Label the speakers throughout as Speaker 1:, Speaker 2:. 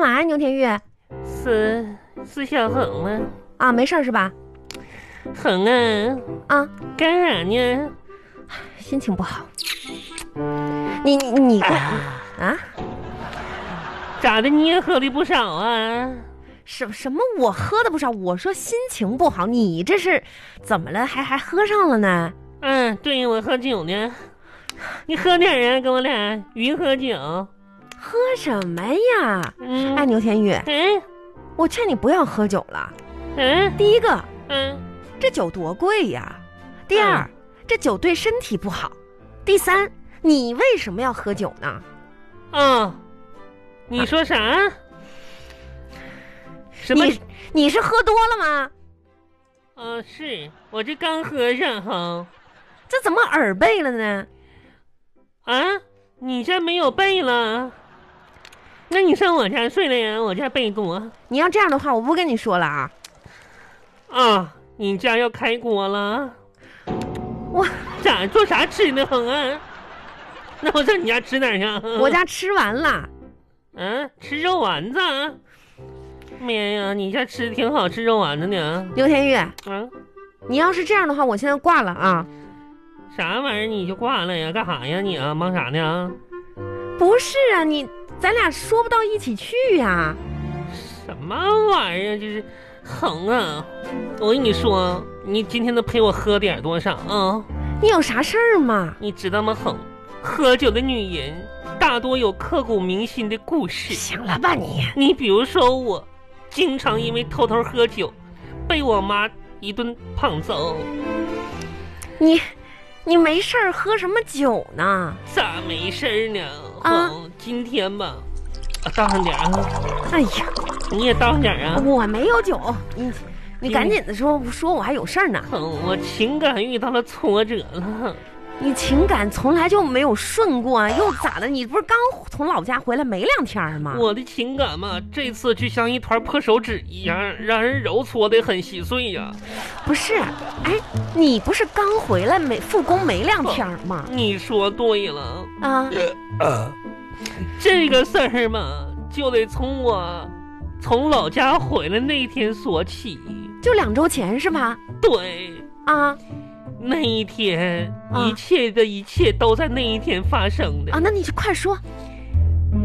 Speaker 1: 呀，牛田玉
Speaker 2: 是是小恒吗？
Speaker 1: 啊，没事儿是吧？
Speaker 2: 恒啊，
Speaker 1: 啊，
Speaker 2: 干啥呢？
Speaker 1: 心情不好。你你你干
Speaker 2: 啊，
Speaker 1: 啊？
Speaker 2: 咋的？你也喝的不少啊？
Speaker 1: 什什么？我喝的不少，我说心情不好，你这是怎么了？还还喝上了呢？
Speaker 2: 嗯，对，我喝酒呢。你喝点儿啊，跟我俩云喝酒。
Speaker 1: 喝什么呀？
Speaker 2: 嗯，
Speaker 1: 哎，牛田玉，
Speaker 2: 嗯
Speaker 1: 我劝你不要喝酒了。
Speaker 2: 嗯
Speaker 1: 第一个，
Speaker 2: 嗯，
Speaker 1: 这酒多贵呀；第二，这酒对身体不好；第三，你为什么要喝酒呢？
Speaker 2: 哦，你说啥？什么？
Speaker 1: 你你是喝多了吗？
Speaker 2: 嗯、是我这刚喝上哈。
Speaker 1: 这怎么耳背了呢？
Speaker 2: 啊，你这没有被了？那你上我家睡了呀？我家被多
Speaker 1: 你要这样的话，我不跟你说了啊！
Speaker 2: 啊！你家要开锅了？
Speaker 1: 我
Speaker 2: 咋做啥吃的哼啊？那我上你家吃点去啊。
Speaker 1: 我家吃完了，
Speaker 2: 嗯、吃肉丸子啊。妈呀，你家吃的挺好吃肉丸子呢。
Speaker 1: 刘天玉，
Speaker 2: 啊，
Speaker 1: 你要是这样的话，我现在挂了啊！
Speaker 2: 啥玩意儿你就挂了呀？干啥呀你啊？忙啥呢？
Speaker 1: 不是啊，你咱俩说不到一起去呀、
Speaker 2: 什么玩意儿？啊就是横啊！我跟你说，你今天能陪我喝点儿多少啊？
Speaker 1: 你有啥事儿吗？
Speaker 2: 你知道吗？哼，喝酒的女人大多有刻骨铭心的故事。
Speaker 1: 行了吧你，
Speaker 2: 你比如说我，经常因为偷偷喝酒，被我妈一顿胖揍。
Speaker 1: 你你没事儿喝什么酒呢？
Speaker 2: 咋没事儿呢？
Speaker 1: 啊
Speaker 2: 哼，今天吧，啊倒上点儿啊，
Speaker 1: 哎呀，
Speaker 2: 你也倒上点儿啊。
Speaker 1: 我没有酒，你你
Speaker 2: 你
Speaker 1: 赶紧的说说，我还有事儿呢。
Speaker 2: 哼，哦我情感遇到了挫折了。
Speaker 1: 你情感从来就没有顺过，啊，又咋的？你不是刚从老家回来没两天儿吗？
Speaker 2: 我的情感嘛，这次就像一团破手指一样，让人揉搓的很稀碎呀。
Speaker 1: 不是，哎，你不是刚回来没复工没两天儿吗？
Speaker 2: 你说对了。
Speaker 1: 啊，
Speaker 2: 这个事儿嘛，就得从我从老家回来那天说起。
Speaker 1: 就两周前是吧？
Speaker 2: 对，
Speaker 1: 啊
Speaker 2: 那一天，
Speaker 1: 啊
Speaker 2: 一切的一切都在那一天发生的。
Speaker 1: 啊，那你就快说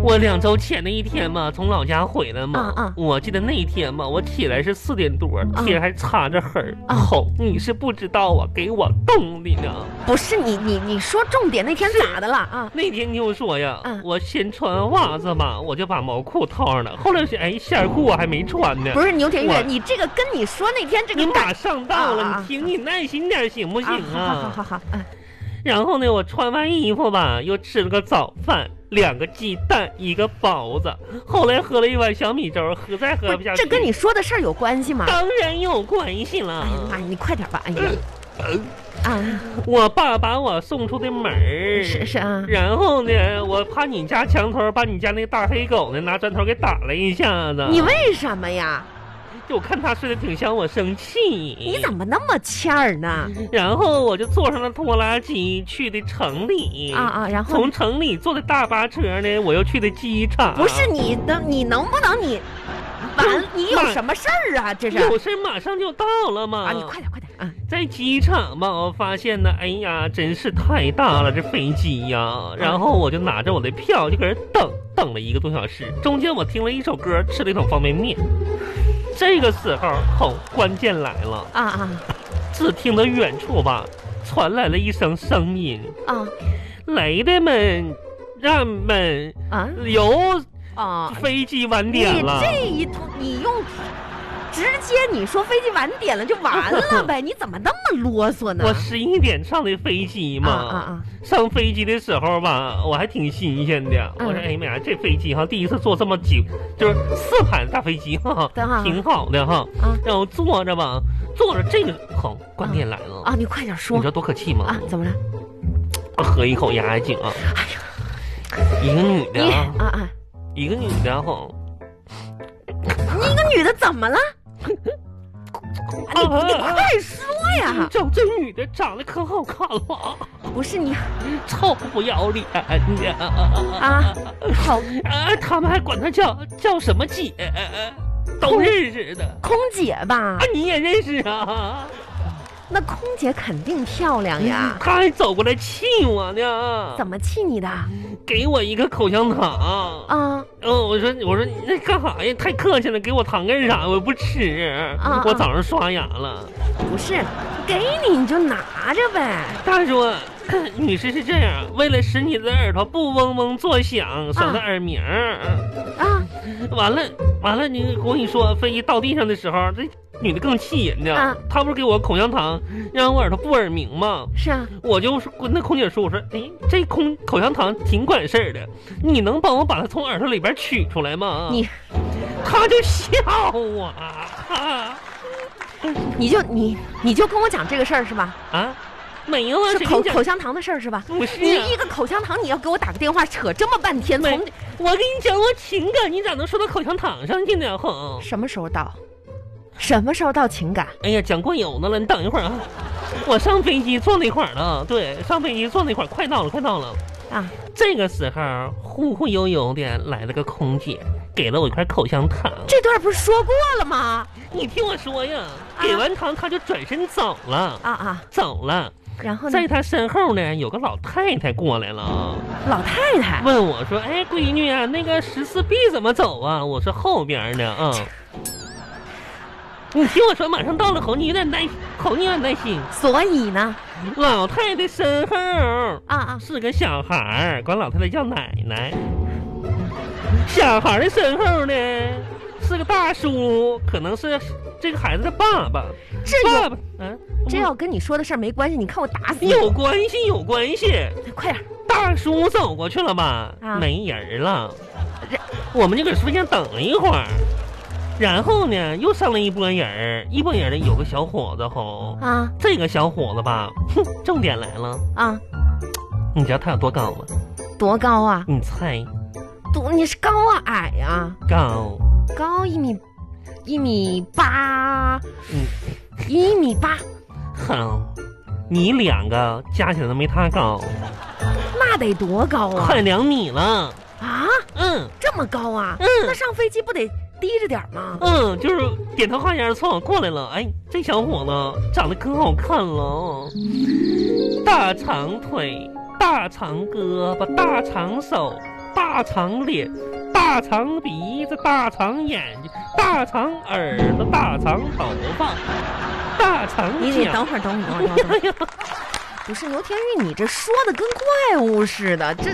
Speaker 2: 我两周前那一天嘛，从老家回来嘛，
Speaker 1: 啊啊
Speaker 2: 我记得那一天嘛，我起来是四点多，天还擦着黑儿。
Speaker 1: 啊
Speaker 2: 吼、你是不知道啊，给我冻的呢。
Speaker 1: 不是你你你说重点，那天咋的了啊？
Speaker 2: 那天你听我说呀，
Speaker 1: 嗯
Speaker 2: 我先穿袜子嘛，我就把毛裤套上了。后来是哎，线裤我还没穿呢。
Speaker 1: 不是牛田玉
Speaker 2: 我，
Speaker 1: 你这个跟你说那天这
Speaker 2: 你
Speaker 1: 个
Speaker 2: 马上到
Speaker 1: 啊啊
Speaker 2: 了，你听，你耐心点行不行
Speaker 1: 好好好
Speaker 2: 啊？
Speaker 1: 好好，嗯
Speaker 2: 然后呢，我穿完衣服吧，又吃了个早饭，两个鸡蛋，一个包子，后来喝了一碗小米嗯粥，喝再喝啊不
Speaker 1: 嗯不
Speaker 2: 下
Speaker 1: 是，
Speaker 2: 去。
Speaker 1: 这跟你说的事儿有关系吗？
Speaker 2: 当然有关系
Speaker 1: 哎。
Speaker 2: 了
Speaker 1: 呀妈呀，你快点吧！哎呀，
Speaker 2: 嗯
Speaker 1: 啊，
Speaker 2: 我爸把我送出的门儿，
Speaker 1: 是是啊，
Speaker 2: 然后呢，我趴你家墙头，把你家那大黑狗呢拿砖头给打了一下子。
Speaker 1: 你为什么呀？
Speaker 2: 就我看他睡得挺香，我生气。
Speaker 1: 你怎么那么欠儿呢？
Speaker 2: 然后我就坐上了拖拉机去的城里
Speaker 1: 啊啊，然后
Speaker 2: 从啊城里坐的大巴车呢，我又去的机场。
Speaker 1: 不是你能你能不能你完你有什么事儿啊？这是
Speaker 2: 有事马上就到了嘛。
Speaker 1: 啊，你快点快点啊！
Speaker 2: 在机场嘛，我发现呢，哎呀，真是太大了，这飞机
Speaker 1: 嗯
Speaker 2: 呀。然后我就拿着我的票就搁这等，等了一个多小时。中间我听了一首歌，吃了一桶方便面。这个时候，吼、关键来了，
Speaker 1: 啊啊
Speaker 2: 只听得远处吧，传来了一声声音。
Speaker 1: 啊
Speaker 2: 来的们，让们
Speaker 1: 啊
Speaker 2: 由
Speaker 1: 啊！
Speaker 2: 飞机晚
Speaker 1: 你
Speaker 2: 点了。
Speaker 1: 这一通你用直接你说飞机晚点了就完 了呗？你怎么那么啰嗦呢？
Speaker 2: 我十一点上的飞机嘛，
Speaker 1: 啊啊啊！
Speaker 2: 上飞机的时候吧，我还挺新鲜的。
Speaker 1: 嗯
Speaker 2: 我说，哎呀妈呀，这飞机哈，第一次坐这么久，就是四排的大飞机哈
Speaker 1: 等会儿，
Speaker 2: 挺好的哈。
Speaker 1: 啊
Speaker 2: 然后坐着吧，坐着这个好，关键来了，
Speaker 1: 啊，你快点
Speaker 2: 你
Speaker 1: 说
Speaker 2: 知道多可气吗？
Speaker 1: 啊！哎怎么了？
Speaker 2: 喝一口压压惊啊！一个女的
Speaker 1: 你
Speaker 2: 啊，
Speaker 1: 啊啊！
Speaker 2: 一个女的哈，
Speaker 1: 你个女的怎么了？哎你你快说呀！
Speaker 2: 啊
Speaker 1: 啊
Speaker 2: 就这女的长得可好看了啊。
Speaker 1: 不是你
Speaker 2: 臭不要脸呀！
Speaker 1: 啊，好，
Speaker 2: 啊，他们还管她叫叫什么姐，都认识的。
Speaker 1: 空姐吧
Speaker 2: 啊，？你也认识啊？
Speaker 1: 那空姐肯定漂亮哎呀，
Speaker 2: 他还走过来气我呢，
Speaker 1: 怎么啊气你的？啊，
Speaker 2: 给我一个口香糖。嗯，我说我说你那干啥呀？太客气了，给我糖干啥？我不吃
Speaker 1: 啊啊。
Speaker 2: 我早上刷牙了。
Speaker 1: 不是，给你你就拿着呗。
Speaker 2: 大叔，啊 女士是这样，为了使你的耳朵不嗡嗡作响，省得耳鸣儿。
Speaker 1: 啊
Speaker 2: 完了完了，你我跟你说，飞机到地上的时候，这女的更气人呢。
Speaker 1: 啊
Speaker 2: 她不是给我口香糖，让我耳朵不耳鸣吗？
Speaker 1: 是啊，
Speaker 2: 我就是跟那空姐说，我说，哎，这空口香糖挺管事儿的，你能帮我把它从耳朵里边取出来吗？
Speaker 1: 你
Speaker 2: 她就笑我啊
Speaker 1: 你就你你就跟我讲这个事儿是吧？
Speaker 2: 啊，没有啊，
Speaker 1: 是
Speaker 2: 谁
Speaker 1: 口
Speaker 2: 跟你讲
Speaker 1: 口香糖的事儿是吧？
Speaker 2: 不是、
Speaker 1: 你
Speaker 2: 啊。
Speaker 1: 一个口香糖，你要给我打个电话，扯这么半天，
Speaker 2: 没
Speaker 1: 从
Speaker 2: 我跟你讲，我情感，你咋能说到口香糖上去呢？哼！
Speaker 1: 什么时候到？什么时候到情感？
Speaker 2: 哎呀，讲过油的了，你等一会儿啊！我上飞机坐那块儿了，对，上飞机坐那块儿，快到了，快到了。
Speaker 1: 啊，
Speaker 2: 这个时候，忽忽悠悠的来了个空姐，给了我一块口香糖。
Speaker 1: 这段不是说过了吗？
Speaker 2: 你听我说呀，
Speaker 1: 啊
Speaker 2: 给完糖她就转身走了，
Speaker 1: 啊啊，
Speaker 2: 走了。
Speaker 1: 然后呢
Speaker 2: 在？她身后呢，有个老太太过来了，
Speaker 1: 老太太，
Speaker 2: 问我说：“哎，闺女啊，那个十四 B 怎么走啊？”我说：“后边呢，啊。”你听我说，马上到了，吼你有点担，吼你有点担心。
Speaker 1: 所以呢？
Speaker 2: 老太太身后
Speaker 1: 啊啊，
Speaker 2: 是个小孩儿，管老太太叫奶奶。小孩儿的身后呢是个大叔，可能是这个孩子的爸爸。
Speaker 1: 这有
Speaker 2: 爸爸，嗯、
Speaker 1: 这要跟你说的事儿没关系，你看我打死你！
Speaker 2: 有关系，有关系。
Speaker 1: 快点儿，
Speaker 2: 大叔走过去了吧？
Speaker 1: 啊
Speaker 2: 没人儿了
Speaker 1: 这，
Speaker 2: 我们就搁飞机上等了一会儿。然后呢，又上来一波人儿，一波人儿呢有个小伙子吼，
Speaker 1: 啊
Speaker 2: 这个小伙子吧，哼，重点来了，
Speaker 1: 啊，
Speaker 2: 你知道他有多高吗？
Speaker 1: 多高啊？
Speaker 2: 你猜
Speaker 1: 多你是高啊矮呀、
Speaker 2: 高？
Speaker 1: 高一米一米八，
Speaker 2: 嗯，
Speaker 1: 一米八，
Speaker 2: 好，啊你两个加起来都没他高，
Speaker 1: 那得多高啊？
Speaker 2: 快两米了。
Speaker 1: 啊，
Speaker 2: 嗯
Speaker 1: 这么高啊？那
Speaker 2: 嗯
Speaker 1: 上飞机不得低着点儿吗？
Speaker 2: 嗯，就是点头哈腰冲我过来了。哎，这小伙子长得可好看了，大长腿，大长胳膊，大长手，大长脸。大长鼻子，大长眼睛，大长耳朵，大长头发，大长
Speaker 1: 你得
Speaker 2: 脚。
Speaker 1: 等会儿，等会儿，等会儿等会儿， 不是牛天玉，你这说的跟怪物似的，这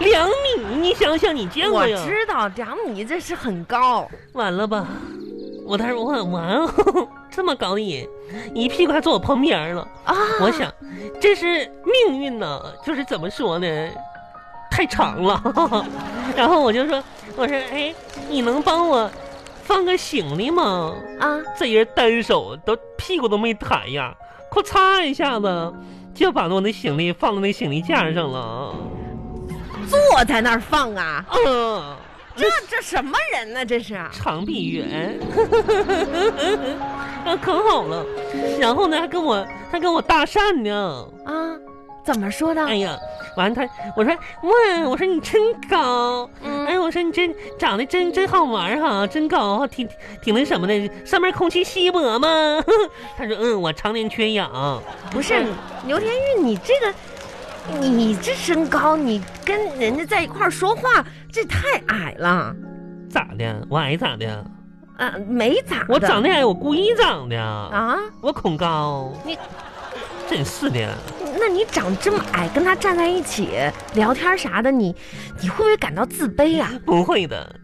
Speaker 2: 两米，你想想，你见
Speaker 1: 我
Speaker 2: 过呀？
Speaker 1: 知道，两米这是很高，
Speaker 2: 完了吧？我当时我很完哦， 这么高的人，一屁股还坐我旁边了。
Speaker 1: 啊，
Speaker 2: 我想，这是命运呐，就是怎么说呢，太长了。 然后我就说，我说，哎，你能帮我放个行李吗？
Speaker 1: 啊，
Speaker 2: 这人单手都屁股都没抬呀，咔嚓一下子就把我的行李放到那行李架上了。
Speaker 1: 坐在那儿放啊，
Speaker 2: 嗯，
Speaker 1: 这这什么人呢？这是啊
Speaker 2: 长臂猿， 啊，可好了。然后呢，还跟我还跟我搭讪呢。
Speaker 1: 哎怎么说的？
Speaker 2: 哎呀，完了他，我说哇，我说你真高，
Speaker 1: 嗯
Speaker 2: 哎，我说你真长得真真好玩儿哈、真高，挺挺挺那什么的。上面空气稀薄吗？ 他说嗯，我常年缺氧。
Speaker 1: 不是牛天玉，你这个，你你这身高，你跟人家在一块儿说话，这太矮了。
Speaker 2: 咋的？我矮咋的？
Speaker 1: 啊，没咋的，
Speaker 2: 我长得矮，我故意长的。
Speaker 1: 啊，
Speaker 2: 我恐高。
Speaker 1: 你
Speaker 2: 真是的。
Speaker 1: 那你长这么矮，跟他站在一起聊天啥的，你你会不会感到自卑 啊？
Speaker 2: 不会的，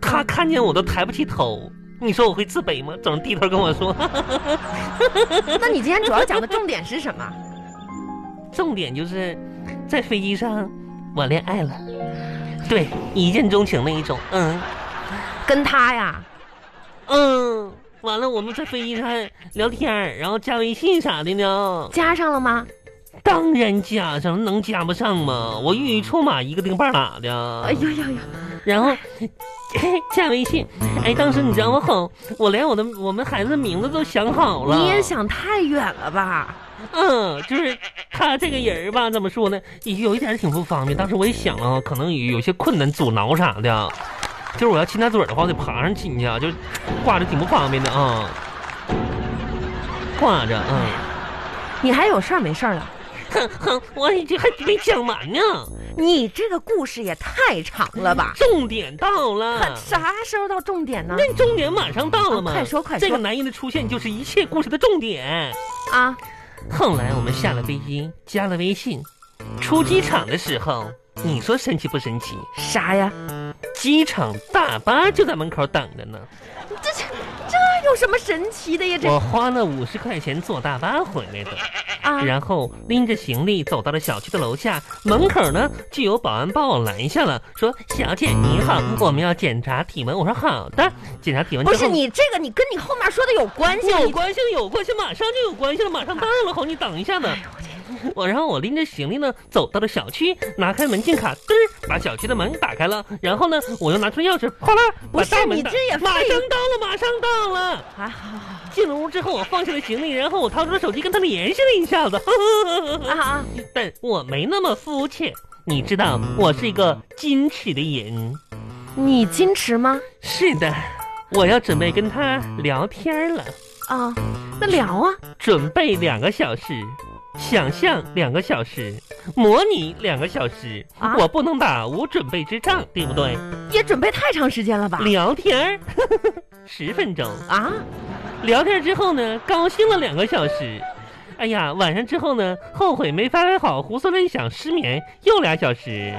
Speaker 2: 他
Speaker 1: 嗯
Speaker 2: 看见我都抬不起头。你说我会自卑吗？总低头跟我说。
Speaker 1: 那你今天主要讲的重点是什么？
Speaker 2: 重点就是，在飞机上我恋爱了，对，一见钟情那一种。嗯
Speaker 1: 跟他呀，
Speaker 2: 嗯，完了我们在飞机上还聊天儿，然后加微信啥的呢。
Speaker 1: 加上了吗？
Speaker 2: 当然加上，能加不上吗？我欲出马一个钉半拉的。
Speaker 1: 哎呦呦呦，
Speaker 2: 然后加微信。哎，当时你知道我好，我连我的我们孩子的名字都想好了。
Speaker 1: 你也想太远了吧？
Speaker 2: 嗯，就是他这个人儿吧，怎么说呢？有一点儿挺不方便。当时我也想了，可能有些困难、阻挠啥的啊。就是我要亲他嘴儿的话，我得爬上亲去啊，就挂着挺不方便的啊。挂着，嗯，
Speaker 1: 你还有事儿没事儿了？
Speaker 2: 哼哼，我这还没讲完呢，
Speaker 1: 你这个故事也太长了吧？
Speaker 2: 重点到
Speaker 1: 看
Speaker 2: 了。
Speaker 1: 啥时候到重点呢？
Speaker 2: 那重点马上到了嘛、
Speaker 1: 啊快说快说
Speaker 2: 这个男人的出现就是一切故事的重点。
Speaker 1: 啊，
Speaker 2: 后来我们下了飞机，加了微信，出机场的时候，你说神奇不神奇？
Speaker 1: 啥呀？
Speaker 2: 机场大巴就在门口等着呢。
Speaker 1: 这这这有什么神奇的呀？这
Speaker 2: 我花了五十块钱坐大巴回来的，
Speaker 1: 啊，
Speaker 2: 然后拎着行李走到了小区的楼下，门口呢就有保安把我拦下了，说：“小姐你好，我们要检查体温。”我说：“好的。”检查体温
Speaker 1: 不
Speaker 2: 之
Speaker 1: 是
Speaker 2: 后，
Speaker 1: 你这个，你跟你后面说的有关系。
Speaker 2: 有
Speaker 1: 你
Speaker 2: 关系了，有关系，马上就有关系了，马上到了，红，你等一下呢。我然后我拎着行李呢，走到了小区，拿开门禁卡，嘚儿把小区的门打开了，然后呢，我又拿出钥匙，哗啦
Speaker 1: 不
Speaker 2: 把
Speaker 1: 是
Speaker 2: 大门
Speaker 1: 你
Speaker 2: 打
Speaker 1: 这也
Speaker 2: 马
Speaker 1: 废
Speaker 2: 上到了，马上到了。
Speaker 1: 啊，好好好
Speaker 2: 进了屋之后，我放下了行李，然后我掏出了手机跟他联系了一下子。
Speaker 1: 啊啊，
Speaker 2: 但我没那么肤浅，你知道，我是一个矜持的人。
Speaker 1: 你矜持吗？
Speaker 2: 是的，我要准备跟他聊天了，
Speaker 1: 啊，那聊啊，
Speaker 2: 准备两个小时，想象两个小时，模拟两个小时。
Speaker 1: 啊
Speaker 2: 我不能打无准备之仗，对不对？
Speaker 1: 也准备太长时间了吧？
Speaker 2: 聊天儿 十分钟。
Speaker 1: 啊，
Speaker 2: 聊天之后呢，高兴了两个小时。哎呀，晚上之后呢，后悔没发挥好，胡思乱想，失眠又俩小时。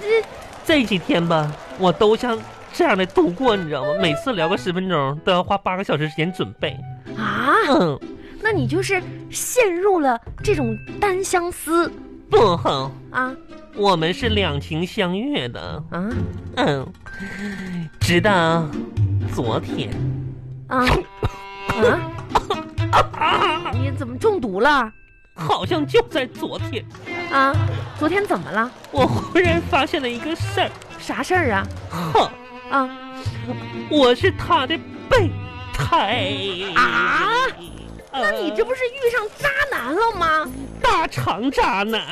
Speaker 1: 这
Speaker 2: 这几天吧，我都像这样的度过，你知道吗？每次聊个十分钟，都要花八个小时时间准备。
Speaker 1: 啊，
Speaker 2: 嗯，
Speaker 1: 那你就是陷入了这种单相思
Speaker 2: 不好，
Speaker 1: 啊
Speaker 2: 我们是两情相悦的。
Speaker 1: 啊
Speaker 2: 嗯，直到昨天，
Speaker 1: 啊啊！你怎么中毒了？
Speaker 2: 好像就在昨天，
Speaker 1: 啊，昨天怎么了？
Speaker 2: 我忽然发现了一个事儿。
Speaker 1: 啥事儿啊？
Speaker 2: 哼。
Speaker 1: 啊，
Speaker 2: 我是他的备胎
Speaker 1: 啊！
Speaker 2: 那
Speaker 1: 那你这不是遇上渣男了吗？
Speaker 2: 大肠渣男？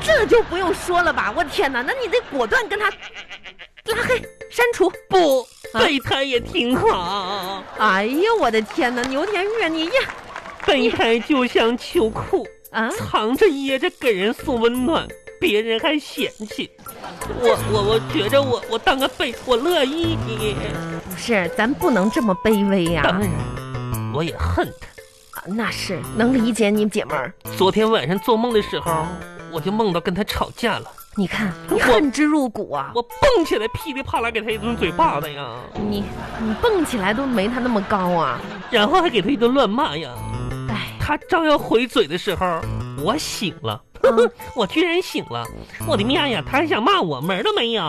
Speaker 1: 这就不用说了吧！我天哪，那你得果断跟他拉黑删除。
Speaker 2: 不，
Speaker 1: 啊
Speaker 2: 备胎也挺好，
Speaker 1: 哎呀，我的天哪，牛田玉，你呀
Speaker 2: 备胎就像秋裤，
Speaker 1: 啊，
Speaker 2: 藏着掖着给人送温暖，别人还嫌弃。我我我觉着我我当个备我乐意，
Speaker 1: 不是，咱不能这么卑微呀、
Speaker 2: 当然我也恨他。
Speaker 1: 啊那是能理解你姐们儿。
Speaker 2: 昨天晚上做梦的时候，我就梦到跟他吵架了，
Speaker 1: 你看，
Speaker 2: 我
Speaker 1: 你恨之入骨啊！
Speaker 2: 我蹦起来噼里啪啦给他一顿嘴巴子呀。
Speaker 1: 你你蹦起来都没他那么高啊！
Speaker 2: 然后还给他一顿乱骂呀。
Speaker 1: 哎，
Speaker 2: 他正要回嘴的时候，我醒了，
Speaker 1: 嗯
Speaker 2: 我居然醒了！我的妈呀，他还想骂我，门儿都没有！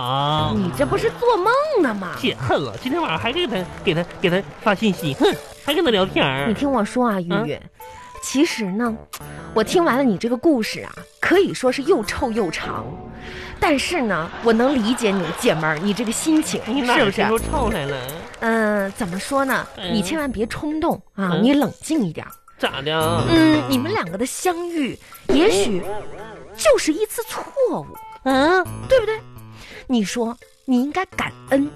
Speaker 1: 你这不是做梦呢吗？
Speaker 2: 解恨了，今天晚上还给他给他给他发信息，哼，还跟他聊天儿
Speaker 1: 你听我说啊，玉
Speaker 2: 嗯
Speaker 1: 玉，其实呢，我听完了你这个故事啊，可以说是又臭又长，但是呢，我能理解你姐们儿你这个心情，
Speaker 2: 哎你哪
Speaker 1: 是不是
Speaker 2: 儿听？出臭来了？
Speaker 1: 嗯、怎么说呢？
Speaker 2: 嗯
Speaker 1: 你千万别冲动啊，
Speaker 2: 嗯
Speaker 1: 你冷静一点儿。
Speaker 2: 咋的？
Speaker 1: 嗯，你们两个的相遇，也许就是一次错误，
Speaker 2: 嗯，
Speaker 1: 对不对？你说你应该感恩，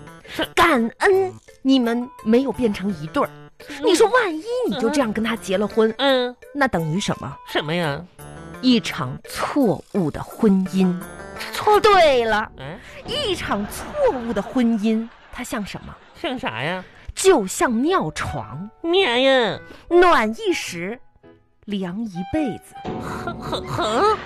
Speaker 1: 感恩你们没有变成一对儿。你说，万一你就这样跟他结了婚，
Speaker 2: 嗯，
Speaker 1: 那等于什么？
Speaker 2: 什么呀？
Speaker 1: 一场错误的婚姻。错对了，
Speaker 2: 嗯，
Speaker 1: 一场错误的婚姻，它像什么？
Speaker 2: 像啥呀？
Speaker 1: 就像尿床，
Speaker 2: 妈呀！
Speaker 1: 暖一时，凉一辈子。
Speaker 2: 哼哼哼！